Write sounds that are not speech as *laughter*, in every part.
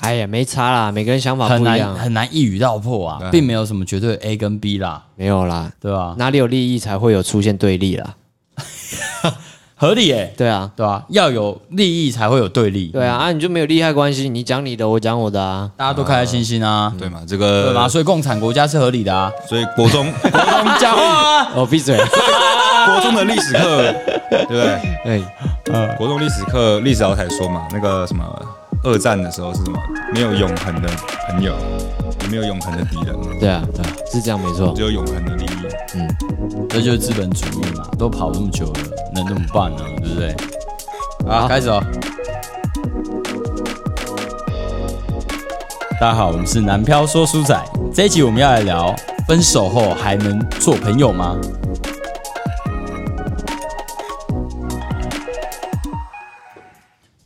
哎呀，没差啦，每个人想法很不一难样，很难一语道破啊，并没有什么绝对 A 跟 B 啦，没有啦，对吧？哪里有利益才会有出现对立啦？合理耶，对啊，对吧？要有利益才会有对立，对啊，啊，你就没有利害关系，你讲你的，我讲我的 *laughs* 啊。大家都开开心心啊，嗯对嘛？这对吧？个，所以共产国家是合理的啊。所以国中我们讲话啊，哦，闭 *laughs* 嘴！国中的历史课，对不对？哎，国中历史课，历史老师才说嘛，那个什么二战的时候是什么？没有永恒的朋友，也没有永恒的敌人，对啊，对啊，是这样没错只。有永恒的利益。这就是资本主义嘛，都跑这么久了，能怎么办呢？对不对？好，好开始哦。大家好，我们是南漂说书仔，这一集我们要来聊分手后还能做朋友吗？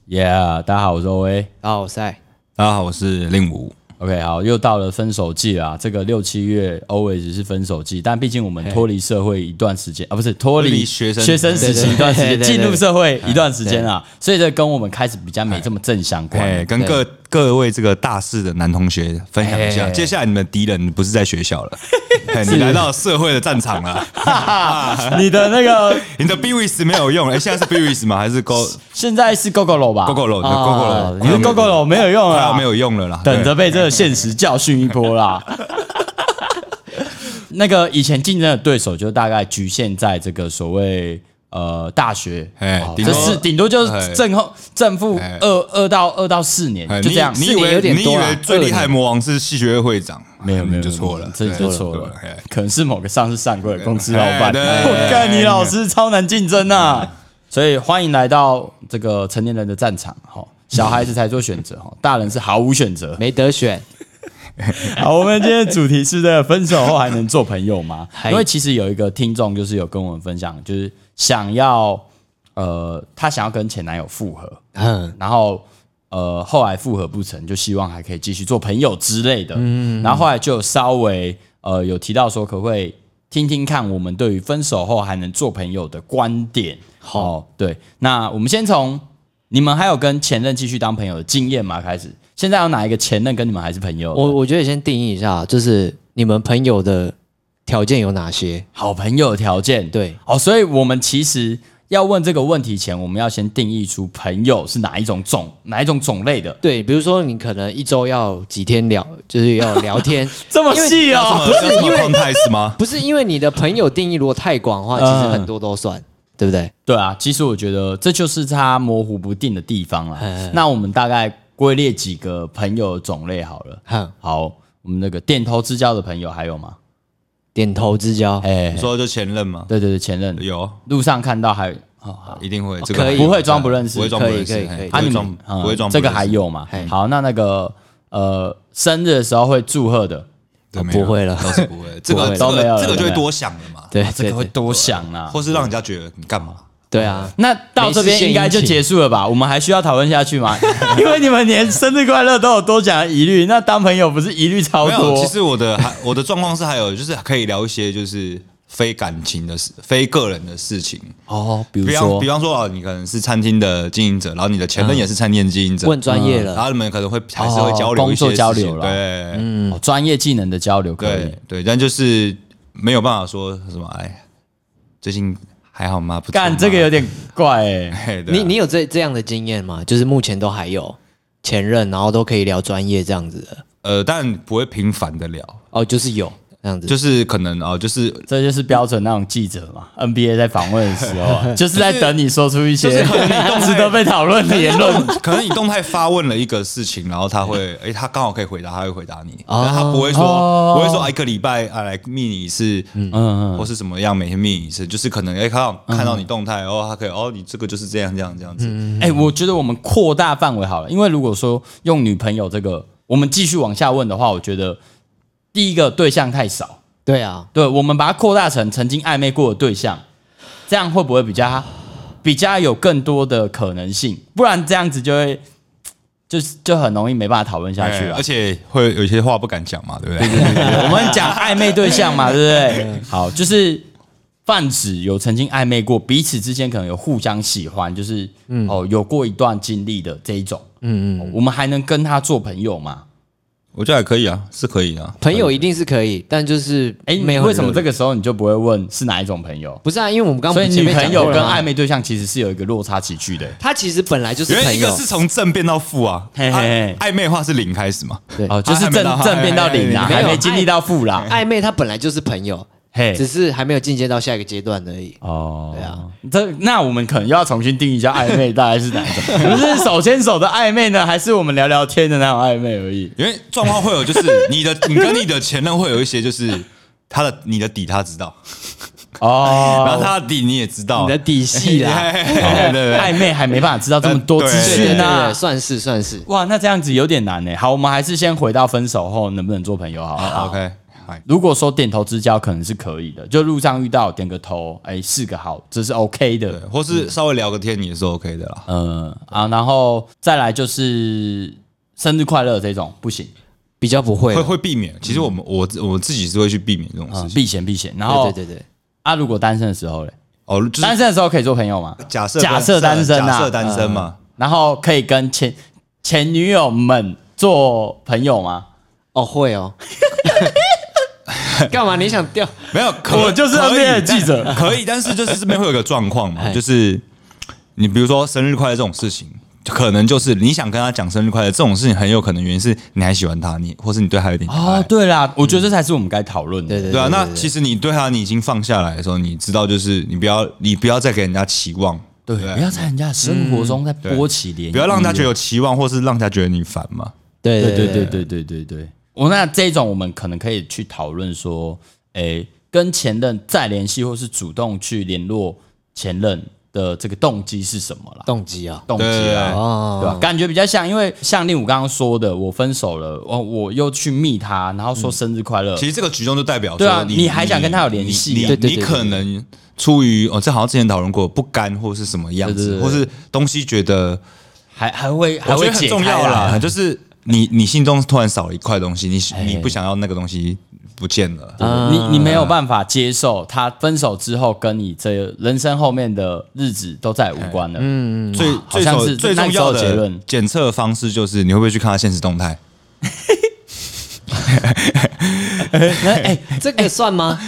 Yeah，大家好，我是 O A。好，我赛，大家好，我是令武。 OK，好，又到了分手季啦。这个六七月 always 是分手季，但毕竟我们脱离社会一段时间啊，不是脱脱离离学生学生时对期对一段时对间，对对进入社会一段时间啊，所以这跟我们开始比较没这么正相哎，关。跟各各位这个大四的男同学分享一下，哎接下来你们敌人不是在学校了，哎你来到社会的战场了，啊 *laughs* 你的那个你的 b w i s 没有用了，哎，现在是 b w i s 吗？还是 Go 现在是 GoGoRo 吧 GoGoRo，对啊 GoGoRo，你是快要没 GoGoRo 没有有用快要啊，没有用了啦？等着对被这个现实教训一波 *laughs* 啦。那个以前竞争的对手就大概局限在这个所谓呃大学，哎哦顶这多是顶多就是哎正后正负哎二二到二到四年哎就这样。你四以年为有点你以多啦为最厉害魔王是系学会会长，啊没有哎没有，你就错了，这就错了对哎，可能是某个上市上柜的公司老板。哎对我干你老师超难竞争啊！所以欢迎来到这个成年人的战场，哈，小孩子才做选择，哈，大人是毫无选择。没得选。 *laughs* 好，我们今天的主题是这个分手后还能做朋友吗？嗨因为其实有一个听众就是有跟我们分享，就是想要呃，她想要跟前男友复合，嗯，然后呃后来复合不成，就希望还可以继续做朋友之类的。嗯然后后来就稍微呃有提到说，可不可以听听看我们对于分手后还能做朋友的观点？好哦，对，那我们先从你们还有跟前任继续当朋友的经验吗？开始，现在有哪一个前任跟你们还是朋友的？我我觉得先定义一下，就是你们朋友的条件有哪些？好朋友的条件，对哦，所以我们其实要问这个问题前，我们要先定义出朋友是哪一种种哪一种种类的，对，比如说你可能一周要几天聊，就是要聊天， *laughs* 这么因为细哦，不是因为 context 吗？不是因为你的朋友定义如果太广的话，其嗯实很多都算，对不对？对啊，其实我觉得这就是它模糊不定的地方啦。那我们大概归列几个朋友的种类好了。哼，好，我们那个点头之交的朋友还有吗？点头之交，哎、你说就前任吗？对对对，前任有，路上看到还有，好好一定会，这可个以哦不会装不认识不会装不认识，可以可以可以哎不啊，会你装们嗯不会装，这个还，有嘛？好，那那个呃，生日的时候会祝贺的，对没有不会了，倒是不会，这个这都没有了个这个就对会不对多想了嘛，对啊这对个会对多想啊。或是让人家觉得你干嘛？对啊，那到这边应该就结束了吧？我们还需要讨论下去 *laughs* 吗？因为你们连生日快乐都有多讲疑虑，那当朋友不是疑虑超没有，多？其实我的还我的状况是还有就是可以聊一些就是非感情的事、非个人的事情，哦，比如比方说比方说啊，你可能是餐厅的经营者，然后你的前任也是餐厅的经营者，问专业嗯然了，后你们可能会还是会交流哦工一些作交事情流啦对哦，专业技能的交流可以对。对，但就是没有办法说什么哎，最近还好吗？不错干吗这个，有点怪哎、嘿 *laughs* 对啊你你有这这样的经验吗？就是目前都还有前任，然后都可以聊专业这样子的，呃，但不会频繁的聊，哦，就是有这样子，就是可能啊，就是这就是标准那种记者嘛，NBA 在访问的时候 *laughs* 啊，就是在等你说出一些欸值得被讨论的言论。可能你动态发问了一个事情，然后他会，哎、他刚好可以回答，他会回答你，哦但他不会说，哦不会说哎一个礼拜啊来密你一次，嗯嗯，或是怎么样，每天密你一次，就是可能哎、他嗯看到你动态，哦，他可以，哦，你这个就是这样这样这样子，哎、我觉得我们扩大范围好了，因为如果说用女朋友这个，我们继续往下问的话，我觉得第一个对象太少，对啊，对我们把它扩大成曾经暧昧过的对象，这样会不会比较比较有更多的可能性？不然这样子就会就是就很容易没办法讨论下去啊哎了而。且会有一些话不敢讲嘛，对不对？ *laughs* 哎我们讲暧昧对象嘛，对不对？好，就是泛指有曾经暧昧过，彼此之间可能有互相喜欢，就是、嗯哦有过一段经历的这一种。嗯嗯、我们还能跟他做朋友吗？ *laughs* 我觉得还可以啊，是可以啊。朋友一定是可以，但就是哎、没有很为什么热这个时候你就不会问是哪一种朋友？不是啊？因为我们刚所以前女面朋讲友过跟了嘛暧昧对象其实是有一个落差起去的、他其实本来就是因为朋一个友，是从正变到负啊，嘿嘿嘿啊暧昧话是零开始嘛，对哦，就是啊还没正到还正变到还零啊，没还有没经历到负 *laughs* 啦。暧昧他本来就是朋友，嘿，只是还没有进阶到下一个阶段而已。哦，对啊，这那我们可能又要重新定义一下暧昧大概是哪一种， *laughs* 不是手牵手的暧昧呢，还是我们聊聊天的那种暧昧而已？因为状况会有就是你的你跟你的前任会有一些就是他的你的底他知道，哦，然后他的底你也知道，你的底细啊啦，哎嘿嘿嘿对对对，暧昧还没办法知道这么多资对对对讯对，呢。算是算是。哇，那这样子有点难呢。好，我们还是先回到分手后能不能做朋友好了。好 OK，嗨如果说点头之交可能是可以的，就路上遇到点个头，哎，是个好，这是 OK 对的。，或是稍微聊个天也是 OK 的啦。嗯啊，然后再来就是生日快乐这种不行，比较不会会了，会避免。其实我们我自我自己是会去避免这种事嗯，情。避嫌避嫌。然后对对对对，啊，如果单身的时候嘞，哦，就是单身的时候可以做朋友吗？假设嗯假设单身啊假设单身嘛，然后可以跟前前女友们做朋友吗？哦会 *laughs* 哦。干嘛？你想掉？没有，可我就是那边的记者，可以但可以，但是就是这边会有个状况嘛，就是你比如说生日快乐这种事情。可能就是你想跟他讲生日快乐这种事情，很有可能原因是你还喜欢他，你或是你对他有点哦爱，对啦，我觉得这才是我们该讨论的。对对对啊。那其实你对他你已经放下来的时候，你知道就是你不要你不要再给人家期望，对不要在人家的生活中再波起涟漪，嗯不要让他觉得有期望，或是让他觉得你烦嘛。对对对对对对对对对。我那这种我们可能可以去讨论说，诶，跟前任再联系，或是主动去联络前任的这个动机是什么啦？动机啊！动机对对啊对，哦，对吧、感觉比较像，因为像令武刚刚说的，我分手了，我我又去密他，然后说生日快乐，其实这个举动就代表说对啊你你还想跟他有联系啊你你对对对你对可能出于哦，这好像之前讨论过不甘或是什么样子，对对对或是东西觉得还还会还我觉会得很解重开啊要来啦， *laughs* 就是你你心中突然少了一块东西，你哎你不想要那个东西不见了，你你没有办法接受他分手之后跟你这人生后面的日子都再也无关了。嗯，最好最像首是最那重时候要结的论检测方式就是你会不会去看他现实动态？这个算吗？哎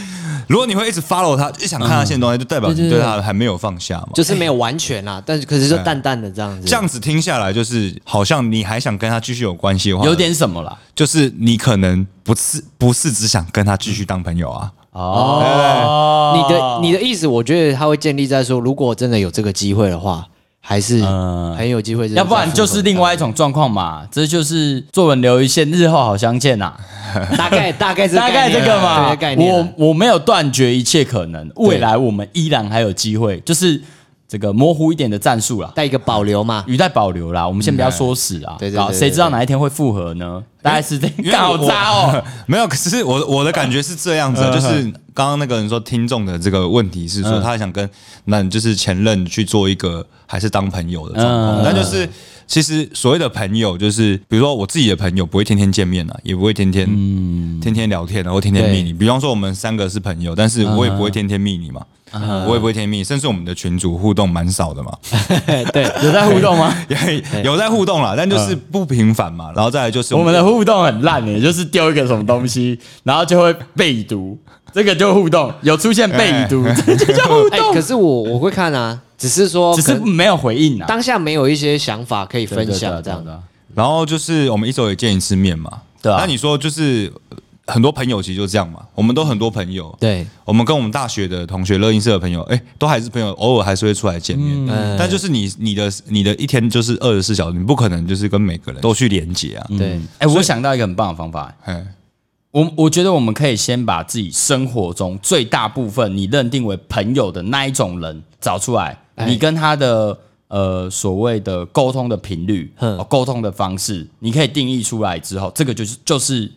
如果你会一直 follow 他，一直想看他现实动态，就代表你对他还没有放下嘛。就是没有完全啦，但是可是哎就淡淡的这样子。这样子听下来，就是好像你还想跟他继续有关系的话，有点什么啦？就是你可能不是不是只想跟他继续当朋友啊，哦，你的你的意思，我觉得他会建立在说，如果真的有这个机会的话，还是嗯很有机会。要不然就是另外一种状况嘛，这就是做人留一线，日后好相见呐、啊 *laughs* 大概大概是大概这个嘛，嘛对概，念啊。我我没有断绝一切可能，未来我们依然还有机会，就是这个模糊一点的战术啦，带一个保留嘛，语带保留啦，我们先不要说死啊，对对对搞对对谁知道哪一天会复合呢？大概是这因为样，好渣哦， *laughs* 没有，可是我我的感觉是这样子，啊就是刚刚那个人说听众的这个问题是说，他想跟那就是前任去做一个还是当朋友的状况，那就是其实所谓的朋友，就是比如说我自己的朋友不会天天见面啊，也不会天天天天聊天啊，或天天密你。比方说我们三个是朋友，但是我也不会天天密你嘛，我也不会天天密你，甚至我们的群主互动蛮少的嘛。对， *laughs* 有在互动吗？也 *laughs* 有在互动啦，但就是不频繁嘛。然后再来就是我们的互动很烂诶，就是丢一个什么东西，然后就会被已读，这个就互动，有出现被已 *laughs* 读，这就叫互哎，动可，是我我会看啊，只是说只可是能没有回应啊。当下没有一些想法可以对对分对享对这样对。对然后就是我们一周也见一次面嘛。对啊那你说就是呃很多朋友其实就这样嘛，我们都很多朋友。对，我们跟我们大学的同学、乐音社的朋友，哎、都还是朋友，偶尔还是会出来见面。嗯但就是你、你的、你的一天就是二十四小时，你不可能就是跟每个人都去连接啊。对嗯哎，我想到一个很棒的方法，嗯，我我觉得我们可以先把自己生活中最大部分你认定为朋友的那一种人找出来，哎你跟他的呃所谓的沟通的频率、哼哦沟通的方式，你可以定义出来之后，这个就是就是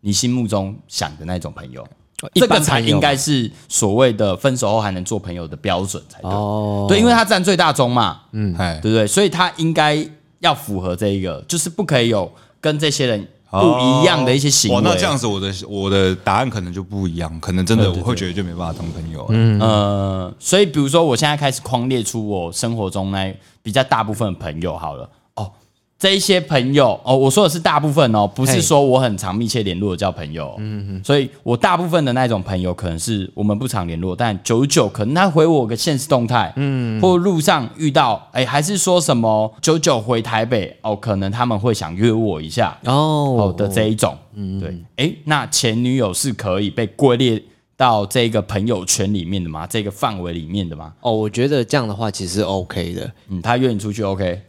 你心目中想的那种朋友，一这般个才朋友应该是所谓的分手后还能做朋友的标准才对。哦，对，因为他占最大宗嘛，哎，对不对？所以他应该要符合这一个，就是不可以有跟这些人不一样的一些行为。哦哇，那这样子我的我的答案可能就不一样，可能真的我会觉得就没办法当朋友了。嗯，呃，所以比如说，我现在开始框列出我生活中那比较大部分的朋友好了。哦，这一些朋友哦，我说的是大部分哦，不嘿是说我很常密切联络的叫朋友。嗯嗯。所以我大部分的那种朋友，可能是我们不常联络，但久久可能他回我个现实动态，嗯，或路上遇到，哎，还是说什么久久回台北哦，可能他们会想约我一下，哦嗯哦的这一种，对，哎，那前女友是可以被归列到这个朋友圈里面的吗？这个范围里面的吗？哦，我觉得这样的话其实是 OK 的，嗯，他约你出去，OK？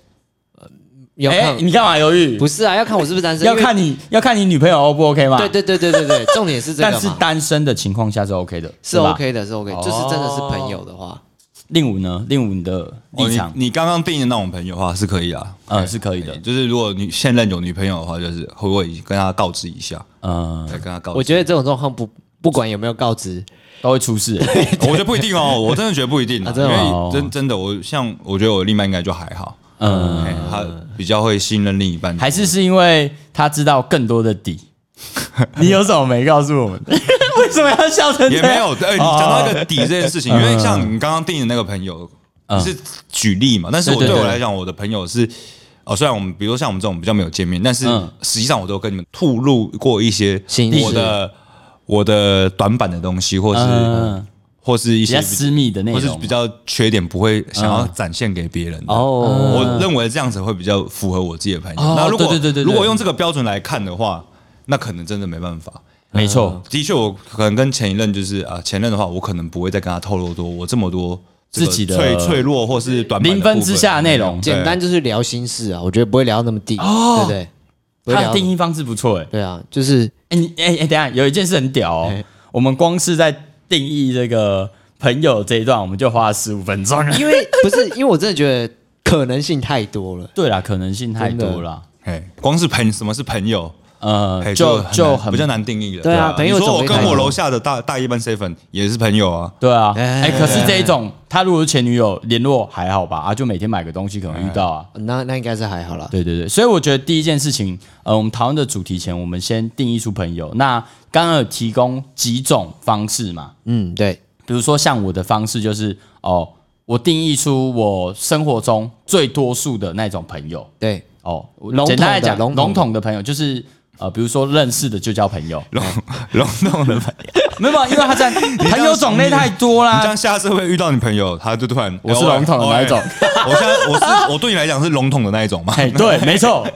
要哎看，你干嘛犹豫？不是啊，要看我是不是单身，要因为看你要看你女朋友 O 不 OK 吗？对对对对对对，重点啊是这个但嘛，是单身的情况下是 OK 的，是吧 OK 的，是 OK，就是真的是朋友的话，令武呢？令武你的哦、立你场，你刚刚定的那种朋友的话是可以啊，哎嗯，是可以的对，就是如果你现任有女朋友的话，就是会不会跟他告知一下，嗯，再跟他告知。我觉得这种状况不不管有没有告知，都会 *laughs* 出事。 *laughs* 我觉得不一定哦，我真的觉得不 *laughs* 一定、啊啊，真的吗哦因为真真的，我像我觉得我另一半应该就还好，嗯，他比较会信任另一半，还是是因为他知道更多的底。 *laughs* 你有什么没告诉我们？ *laughs* 为什么要笑成这也样？没有。哎、你讲到一个底这件事 *laughs* 嗯情，因为像你刚刚定的那个朋友，你是举例嘛，但是我对对对对我来讲，我的朋友是。哦，虽然我们比如说像我们这种比较没有见面，但是嗯实际上我都跟你们吐露过一些心事我的我的短板的东西，或是、嗯或是一比较些私密的内或容嗯是嘛，比较缺点不会想要展现给别人的哦我认为这样子会比较符合我自己的朋友。嗯哦那如果对对对对对如果用这个标准来看的话，那可能真的没办法。没嗯错，的确，我可能跟前一任就是啊，前任的话，我可能不会再跟他透露多我这么多这个自己的脆脆弱或是短板啊的零分之部下的内容，简单就是聊心事啊，我觉得不会聊那么地，对不对？不会他聊那的么定义方式不错哎、对啊，就是哎、你哎哎、等一下有一件事很屌哦，哎我们光是在定义这个朋友这一段，我们就花了十五分钟了。因为不是因为我真的觉得可能性太多了， *laughs* 对啦，可能性太多了，分。哎，光是朋什么是朋友，呃哎，就就就很比较难定义了。对啊朋友你说我种类跟太我多楼下的大大一班 seven 也是朋友啊，对啊，哎、哎可是这一种，他如果是前女友联络还好吧，啊，就每天买个东西可能遇到啊，那那应该是还好啦。对对对，所以我觉得第一件事情，呃，我们讨论的主题前，我们先定义出朋友。那刚刚有提供几种方式嘛，嗯，对，比如说像我的方式就是，哦，我定义出我生活中最多数的那种朋友。对，哦，统的简单来讲，笼统的笼统的朋友就是。呃，比如说认识的就叫朋友， *laughs* 笼笼统的朋友。没有，因为他在 *laughs* 朋友种类太多你这啦。样下次会遇到你朋友，他就突然我是笼统的那一种哎哎我现在我是我对你来讲是笼统的那一种嘛？哎，对，没错，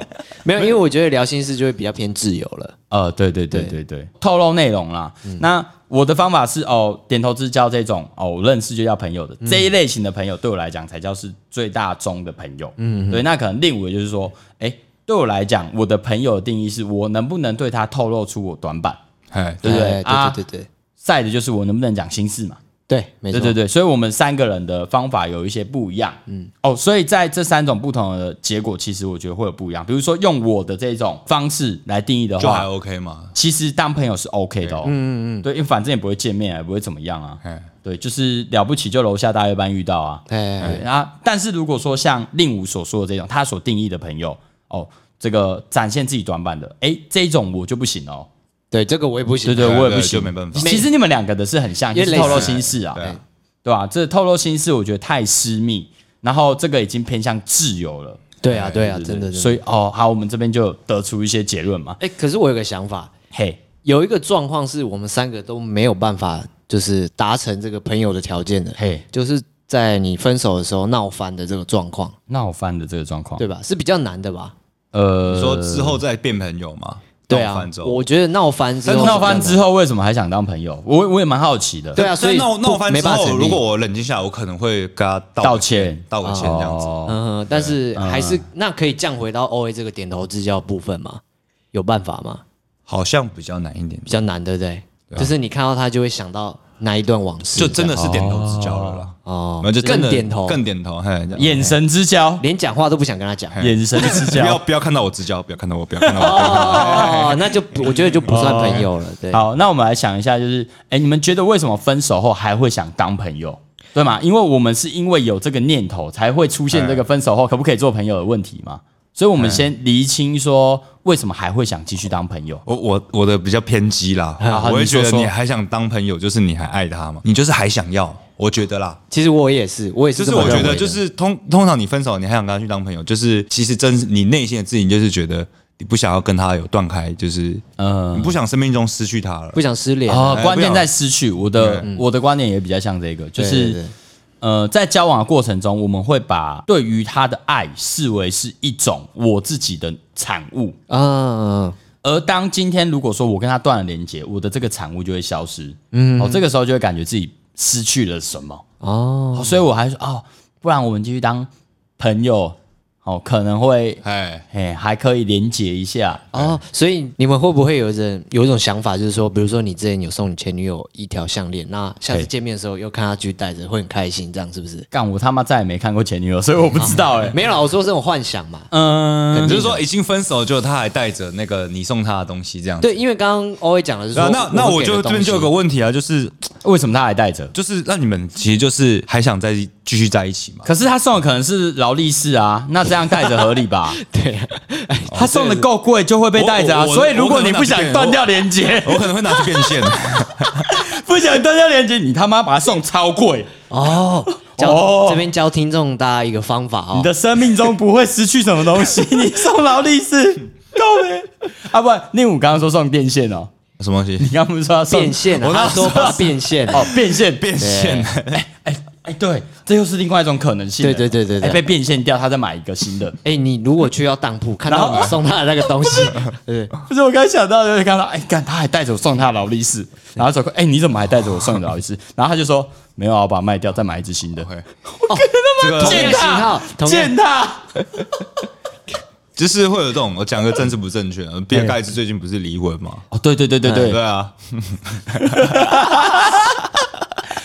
没有，因为我觉得聊心事就会比较偏自由了。呃，对对对对对，透露内容啦。那我的方法是哦，点头之交这种哦，我认识就叫朋友的、这一类型的朋友，对我来讲才叫是最大宗的朋友。嗯，对，那可能另五个就是说，哎，对我来讲，我的朋友的定义是我能不能对他透露出我短板，哎，对不哎对？啊，对对对再的就是我能不能讲心事嘛。对，对没错，对对对，所以我们三个人的方法有一些不一样。嗯，哦，所以在这三种不同的结果，其实我觉得会有不一样。比如说用我的这种方式来定义的就还话， OK 嘛。其实当朋友是 OK 的、哦。嗯嗯嗯，对，因为反正也不会见面，也不会怎么样啊。哎，对，就是了不起就楼下大夜班遇到啊。哎，哎对啊，但是如果说像令武所说的这种，他所定义的朋友，哦，这个展现自己短板的，哎，这种我就不行哦。对这个我也不行对。对，对我也不就行，没办法其实你们两个的是很像，因就为是类似透露心事啊。对哎啊对吧、这透露心事，我觉得太私密，然后这个已经偏向自由了，对啊，对啊，对不真的。对所以，以哦，好，我们这边就得出一些结论嘛。哎，可是我有个想法，嘿，有一个状况是我们三个都没有办法，就是达成这个朋友的条件的，嘿，就是在你分手的时候闹翻的这个状况，闹翻的这个状况，对吧？是比较难的吧？呃你，说之后再变朋友嘛？对闹啊翻之，后我觉得闹翻之但后，闹翻之，后为什么还想当朋友？我我也蛮好奇的。对啊，所以但闹不闹翻没之办法后，成立如果我冷静下来，我可能会跟他道道歉道个歉这样子。哦，嗯，但是还是、那可以降回到 O A 这个点头之交的部分吗？有办法吗？好像比较难一点比，较难，对不对？啊就是你看到他就会想到那一段往事，就真的是点头之交了啦。哦然，后就真更的点头，更点头，嘿，这样眼神之交，连讲话都不想跟他讲。眼神之不要交。不要看到我之交，不要看到我，不要看到我。 *laughs* 哦，那就不我觉得就不算朋友了，对。好，那我们来想一下，就是，哎，你们觉得为什么分手后还会想当朋友，对吗？因为我们是因为有这个念头，才会出现这个分手后可不可以做朋友的问题嘛。所以我们先厘清说为什么还会想继续当朋友。我我我的比较偏激啦，好啊我会你觉说得说你还想当朋友，就是你还爱他嘛，你就是还想要，我觉得啦。其实我也是，我也就是是这么我认为觉的，得，就是通通常你分手，你还想跟他去当朋友，就是其实真是你内心的自己，你就是觉得你不想要跟他有断开，就是嗯你不想生命中失去他了不。想失联啊，啊，哎关键不要在失去。我的我的观点也比较像这个，就对对对是呃，在交往的过程中，我们会把对于他的爱视为是一种我自己的产物。啊嗯而当今天如果说我跟他断了连接，我的这个产物就会消失。嗯，哦，这个时候就会感觉自己失去了什么。哦，哦所以我还说哦，不然我们继续当朋友，哦，可能会哎，嘿还可以连接一下。哦，所以你们会不会有一种有一种想法，就是说，比如说你之前有送你前女友一条项链，那下次见面的时候又看她继续戴着，会很开心，这样是不是？干，我他妈再也没看过前女友，所以我不知道哎、没有啦，我说这种幻想嘛。嗯，你就是说已经分手，就他还带着那个你送他的东西这样。对，因为刚刚 O A 讲的是对说啊，，那那我给的就这边东就有西个问题啊，就是为什么他还带着？就是那你们其实就是还想再继续在 *laughs* 一起嘛？可是他送的可能是劳力士啊，那这样带着合理吧？对 *laughs* 啊，哦他送的够贵就会被带着啊，我我所以如果你不想断掉连接，我可能会拿去变 *laughs* 现。 *laughs* 不想断掉连接，你他妈把它送超贵，哦，教、哦这边教听众大家一个方法哦你。的生命中不会失去什么东西。 *laughs* 你送劳力士够没？啊，不然，令武刚刚说送电线哦，什么东西？你刚刚不是说要送变现、啊，我他那说怕变 *laughs* 现哦，变现变现？哎哎，对，这又是另外一种可能性了。对对对对对哎被变现掉，他再买一个新哦的。哎、你如果去要当铺，看然后到你送他的那个东 *laughs* 西，对，不是我刚想到，就是看到，哎，干，他还带着我送他劳力士，然后说，哎，你怎么还带着我送你劳力士？然后他就说，没有啊，我把它卖掉，再买一只新的。 OK 我这个同样型号同样见他，就是会有这种，我讲个政治不正确啊。比尔盖茨最近不是离婚吗？哦，对对对对哎对对，啊，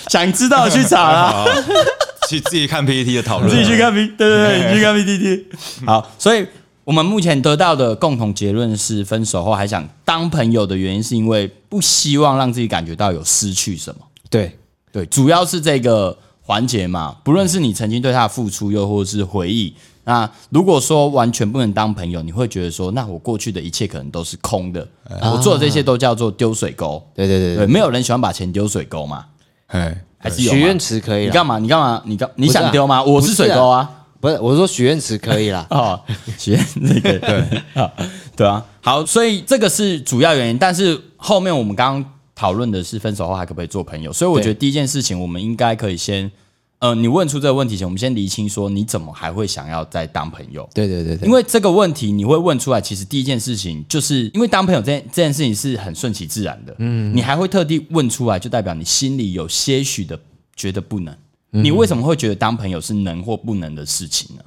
想知道去 *laughs* 查啦。好， *laughs* 去自己看 PPT 的讨论，啊自己去看 P，对对哎对，你去看嗯 PPT。好，所以我们目前得到的共同结论是，分手后还想当朋友的原因，是因为不希望让自己感觉到有失去什么。对，对，主要是这个环节嘛，不论是你曾经对他的付出，又或是回忆。那如果说完全不能当朋友，你会觉得说，那我过去的一切可能都是空的，我做的这些都叫做丢水沟。啊对对对，对没有人喜欢把钱丢水沟嘛，哎，还是对，有嘛许愿池可以你啦，干嘛？你干嘛？你干？你不是啊想丢吗？我啊是水沟啊。，不是，我说许愿池可以啦哦， *laughs* 学那个 *laughs* 对啊，对啊，好，所以这个是主要原因，但是后面我们刚刚讨论的是分手后还可不可以做朋友，所以我对觉得第一件事情我们应该可以先，呃，你问出这个问题前，我们先厘清说你怎么还会想要再当朋友。 *laughs* 对对对对因，为这个问题你会问出来，其实第一件事情就是因为当朋友这件这件事情是很顺其自然的，嗯，你还会特地问出来，就代表你心里有些许的觉得不能。你为什么会觉得当朋友是能或不能的事情呢？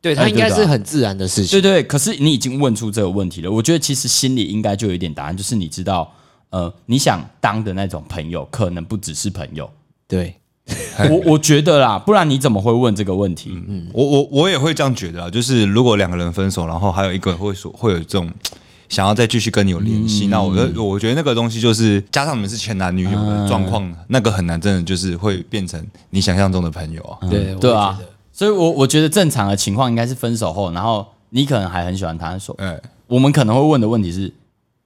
对哎他对应该的啊是很自然的事对情，对，可是你已经问出这个问题了，我觉得其实心里应该就有一点答案，就是你知道，呃，你想当的那种朋友，可能不只是朋友。对我我觉得啦，不然你怎么会问这个问题？我我我也会这样觉得啊。就是如果两个人分手，然后还有一个会说会有这种。想要再继续跟你有联系，嗯那我觉得我觉得那个东西就是加上你们是前男女友的状嗯况，那个很难真的就是会变成你想象中的朋友啊。对对啊，，所以我我觉得正常的情况应该是分手后，然后你可能还很喜欢他，说哎我们可能会问的问题是，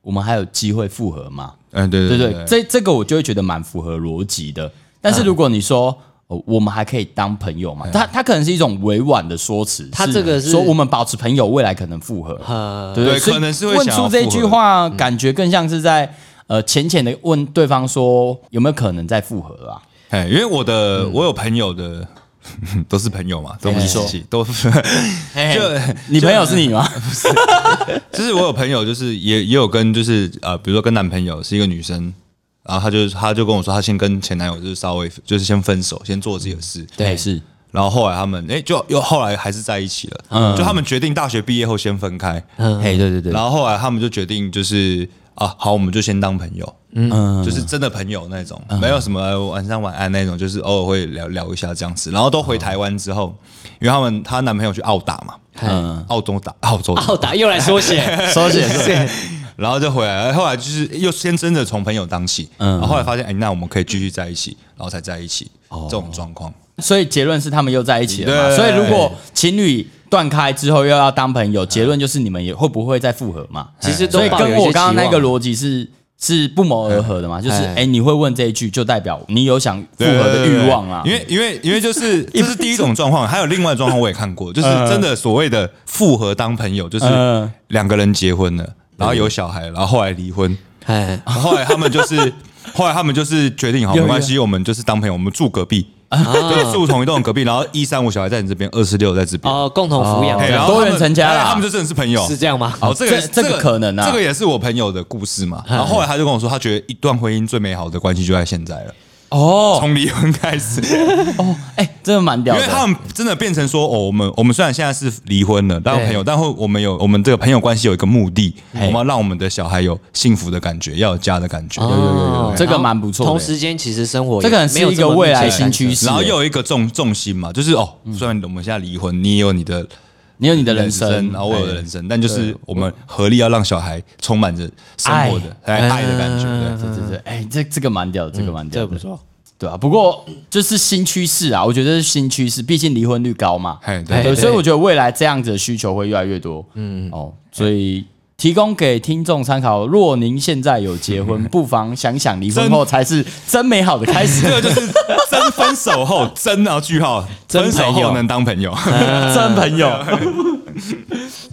我们还有机会复合吗？哎，对对对对，这这个我就会觉得蛮符合逻辑的。但是如果你说、哦，我们还可以当朋友嘛，他他可能是一种委婉的说辞，他这个是说我们保持朋友，未来可能复合， *laughs* 呃，对不对对所以可能是会问想出要这复合嗯句话，感觉更像是在呃浅浅的问对方说有没有可能再复合啊？哎，因为我的、嗯我有朋友的 *laughs* 都是朋友嘛，哎都不是亲戚，都就 *laughs* 你朋友是你吗？就是我有朋友，就是也也有跟就是呃，比如说跟男朋友是一个女生，然后她就她就跟我说，她先跟前男友就是稍微就是先分手，先做自己的事， *laughs* 对是然后后来他们哎、就又后来还是在一起了，就他们决定大学毕业后先分开，嗯嘿，对对对然，后后来他们就决定就是啊，好，我们就先当朋友，嗯，就是真的朋友那种，没有什么呃晚上晚安那种，就是偶尔会聊聊一下这样子。然后都回台湾之后，因为他们她男朋友去澳打嘛，嗯，澳洲打澳洲打，奥达又来缩 *laughs* 写，收起来。然后就回来，后来就是又先真的从朋友当起，嗯，然后后来发现哎，那我们可以继续在一起，然后哦才在一起，这种状况。所以结论是他们又在一起了对嘛？所以如果情侣断开之后又要当朋友，结论就是你们也会不会再复合嘛？其实都所以抱有跟一些我刚刚期那望个逻辑是是不谋而合的嘛，就是哎哎、你会问这一句，就代表你有想复对合的欲望啊。对对对因为因为因为就是 *laughs* 这是第一种状况，还有另外一种状况我也看过，就是真的所谓的复合当朋友，就是嗯两个人结婚了，然后有小孩，然后后来离嗯婚，哎，然后后来他们就是。 *laughs* 后来他们就是决定好，有啊没关系，我们就是当朋友，我们住隔壁，就住同一栋隔壁。然后一三五小孩在你这边，二四六在这边，哦，哦共同抚养嘿这然样后他们多元成家啦哎他们就真的是朋友，是这样吗？好，哦这个哦这这个可能啊这个也是我朋友的故事嘛。然后后来他就跟我说，他觉得一段婚姻最美好的关系就在现在了，哦从离婚 *laughs* 开始，哦，哎、真的蛮屌因的。为他们真的变成说，哦，我们我们虽然现在是离婚了，但对朋友，但会我们有我们这个朋友关系有一个目的，我嘿们要让我们的小孩有幸福的感觉，要有家的感觉。哦有这个蛮不错的同时间，其实生活也这个是没有一个这么未来密切新的趋势、然后又有一个重重心嘛，就是哦，虽然我们现在离婚，你也有你的你有你的人生，然后我有哎的人生，但就是我们合力要让小孩充满着生活的哎爱的感觉。对对对对，哎、这这个蛮屌的，这个蛮嗯这屌的，个不错。对啊，不过就是新趋势啊，我觉得是新趋势，毕竟离婚率高嘛，嘿对对对所以我觉得未来这样子的需求会越来越多，嗯，哦，所以提供给听众参考，若您现在有结婚， *laughs* 不妨想想离婚后才是真美好的开始，这个就是真分手后真啊句号，真分手朋友哎后能当朋友。 *laughs* 真朋友。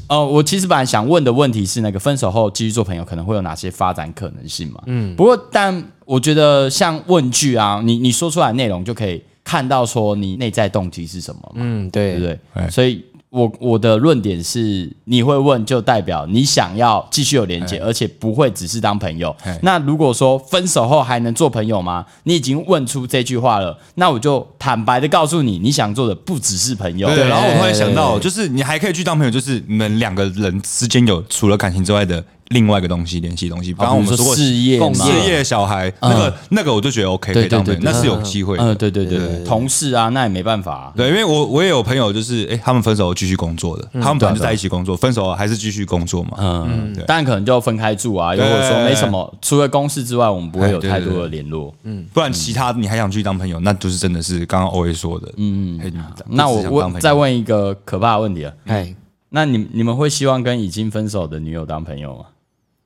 哦，我其实本来想问的问题是，那个分手后继续做朋友可能会有哪些发展可能性嘛？嗯，不过但我觉得像问句啊，你你说出来的内容就可以看到说你内在动机是什么嘛，嗯，对对不对？哎所以我我的论点是，你会问就代表你想要继续有连接，而且不会只是当朋友哎。那如果说分手后还能做朋友吗？你已经问出这句话了，那我就坦白的告诉你，你想做的不只是朋友。 *laughs* 哎对，然后我突然想对到，就是你还可以去当朋友，就是你们两个人之间有除了感情之外的另外一个东西联系东西。刚刚我们说过事业嘛嗯事业、小孩，那个那个我就觉得 OK 可对以当朋友，对对那是有机会的。嗯，对对对对，同事啊，那也没办法啊、对，因为我我也有朋友，就是哎，他们分手后继续工作的，他们本来就在一起工作，分手后还是继续工作嘛。嗯，对当然可能就分开住啊，又或者说没什么，除了公事之外，我们不会有太多的联络。不然其他你还想去当朋友，那就是真的是刚刚 O A 说的。嗯，嘿那我问，再，问一个可怕的问题啊，哎，那你你们会希望跟已经分手的女友当朋友吗？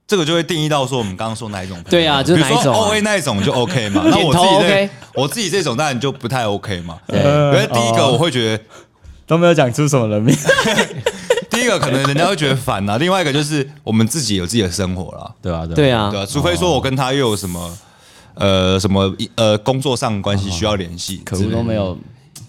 这个就会定义到说我们刚刚说哪一种朋友对啊就是哪一种啊比如说 O A 那一种就 OK 嘛，那我点自头己这 OK 我自己这种当然就不太 OK 嘛。对哦因为第一个我会觉得，都没有讲出什么人名，第一个可能人家会觉得烦啊，另外一个就是我们自己有自己的生活啦， *laughs* 对啊，对啊，啊对，啊，除非说我跟他又有什么呃什么呃工作上关系需要联系可哦之类恶的，都没有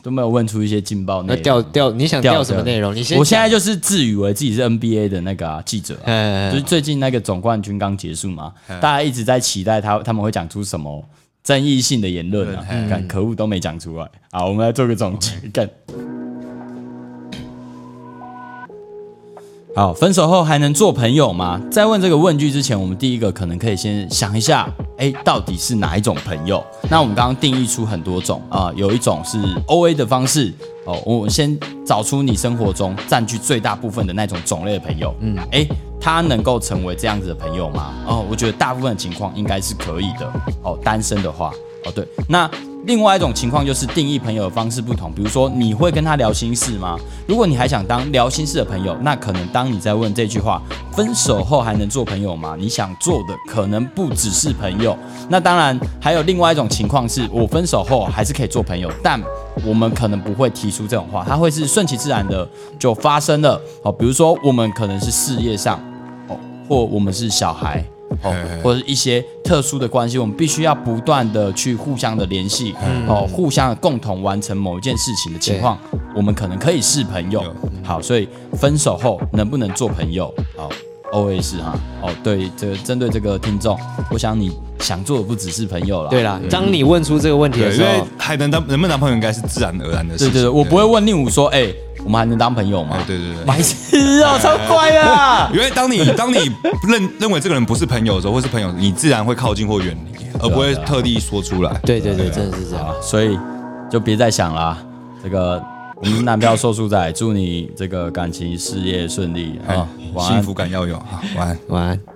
都没有问出一些劲爆内那容。调调你想调什么内容？你先，我现在，就是自以为自己是 NBA 的那个、啊、记者啊、哎就是最近那个总冠军刚结束嘛，嗯大家一直在期待他他们会讲出什么争议性的言论啊，嗯干可恶都没讲出来。好，我们来做个总结，干。好，分手后还能做朋友吗？在问这个问句之前，我们第一个可能可以先想一下，哎，到底是哪一种朋友？那我们刚刚定义出很多种啊、有一种是 O A 的方式哦，我们先找出你生活中占据最大部分的那种种类的朋友，嗯，哎，他能够成为这样子的朋友吗？哦，我觉得大部分的情况应该是可以的哦，单身的话，哦对，那另外一种情况就是定义朋友的方式不同，比如说你会跟他聊心事吗？如果你还想当聊心事的朋友，那可能当你在问这句话“分手后还能做朋友吗？”你想做的可能不只是朋友。那当然还有另外一种情况是，我分手后还是可以做朋友，但我们可能不会提出这种话，它会是顺其自然的就发生了。哦，比如说我们可能是事业上，哦，或我们是小孩。哦，或者一些特殊的关系，我们必须要不断的去互相的联系，嗯哦，互相地共同完成某一件事情的情况，我们可能可以是朋友有。好，所以分手后能不能做朋友？好，O A 是哈。哦，对，这个针对这个听众，我想你想做的不只是朋友了。对啦，当你问出这个问题的对，因时为候，还能当能不能当朋友应该是自然而然的事对情。对对，我不会问令武说，哎，我们还能当朋友吗哎，？对对对。白痴哦，超哎 *laughs* 乖的啊。因为当你当你认认为这个人不是朋友的时候，或是朋友，你自然会靠近或远离，而不会啊特地说出来。对对对，真的是这样。啊，所以就别再想啦、啊这个我们男票说书仔，祝你这个感情事业顺利啊、哎，晚安幸。福感要有。好晚安。晚安。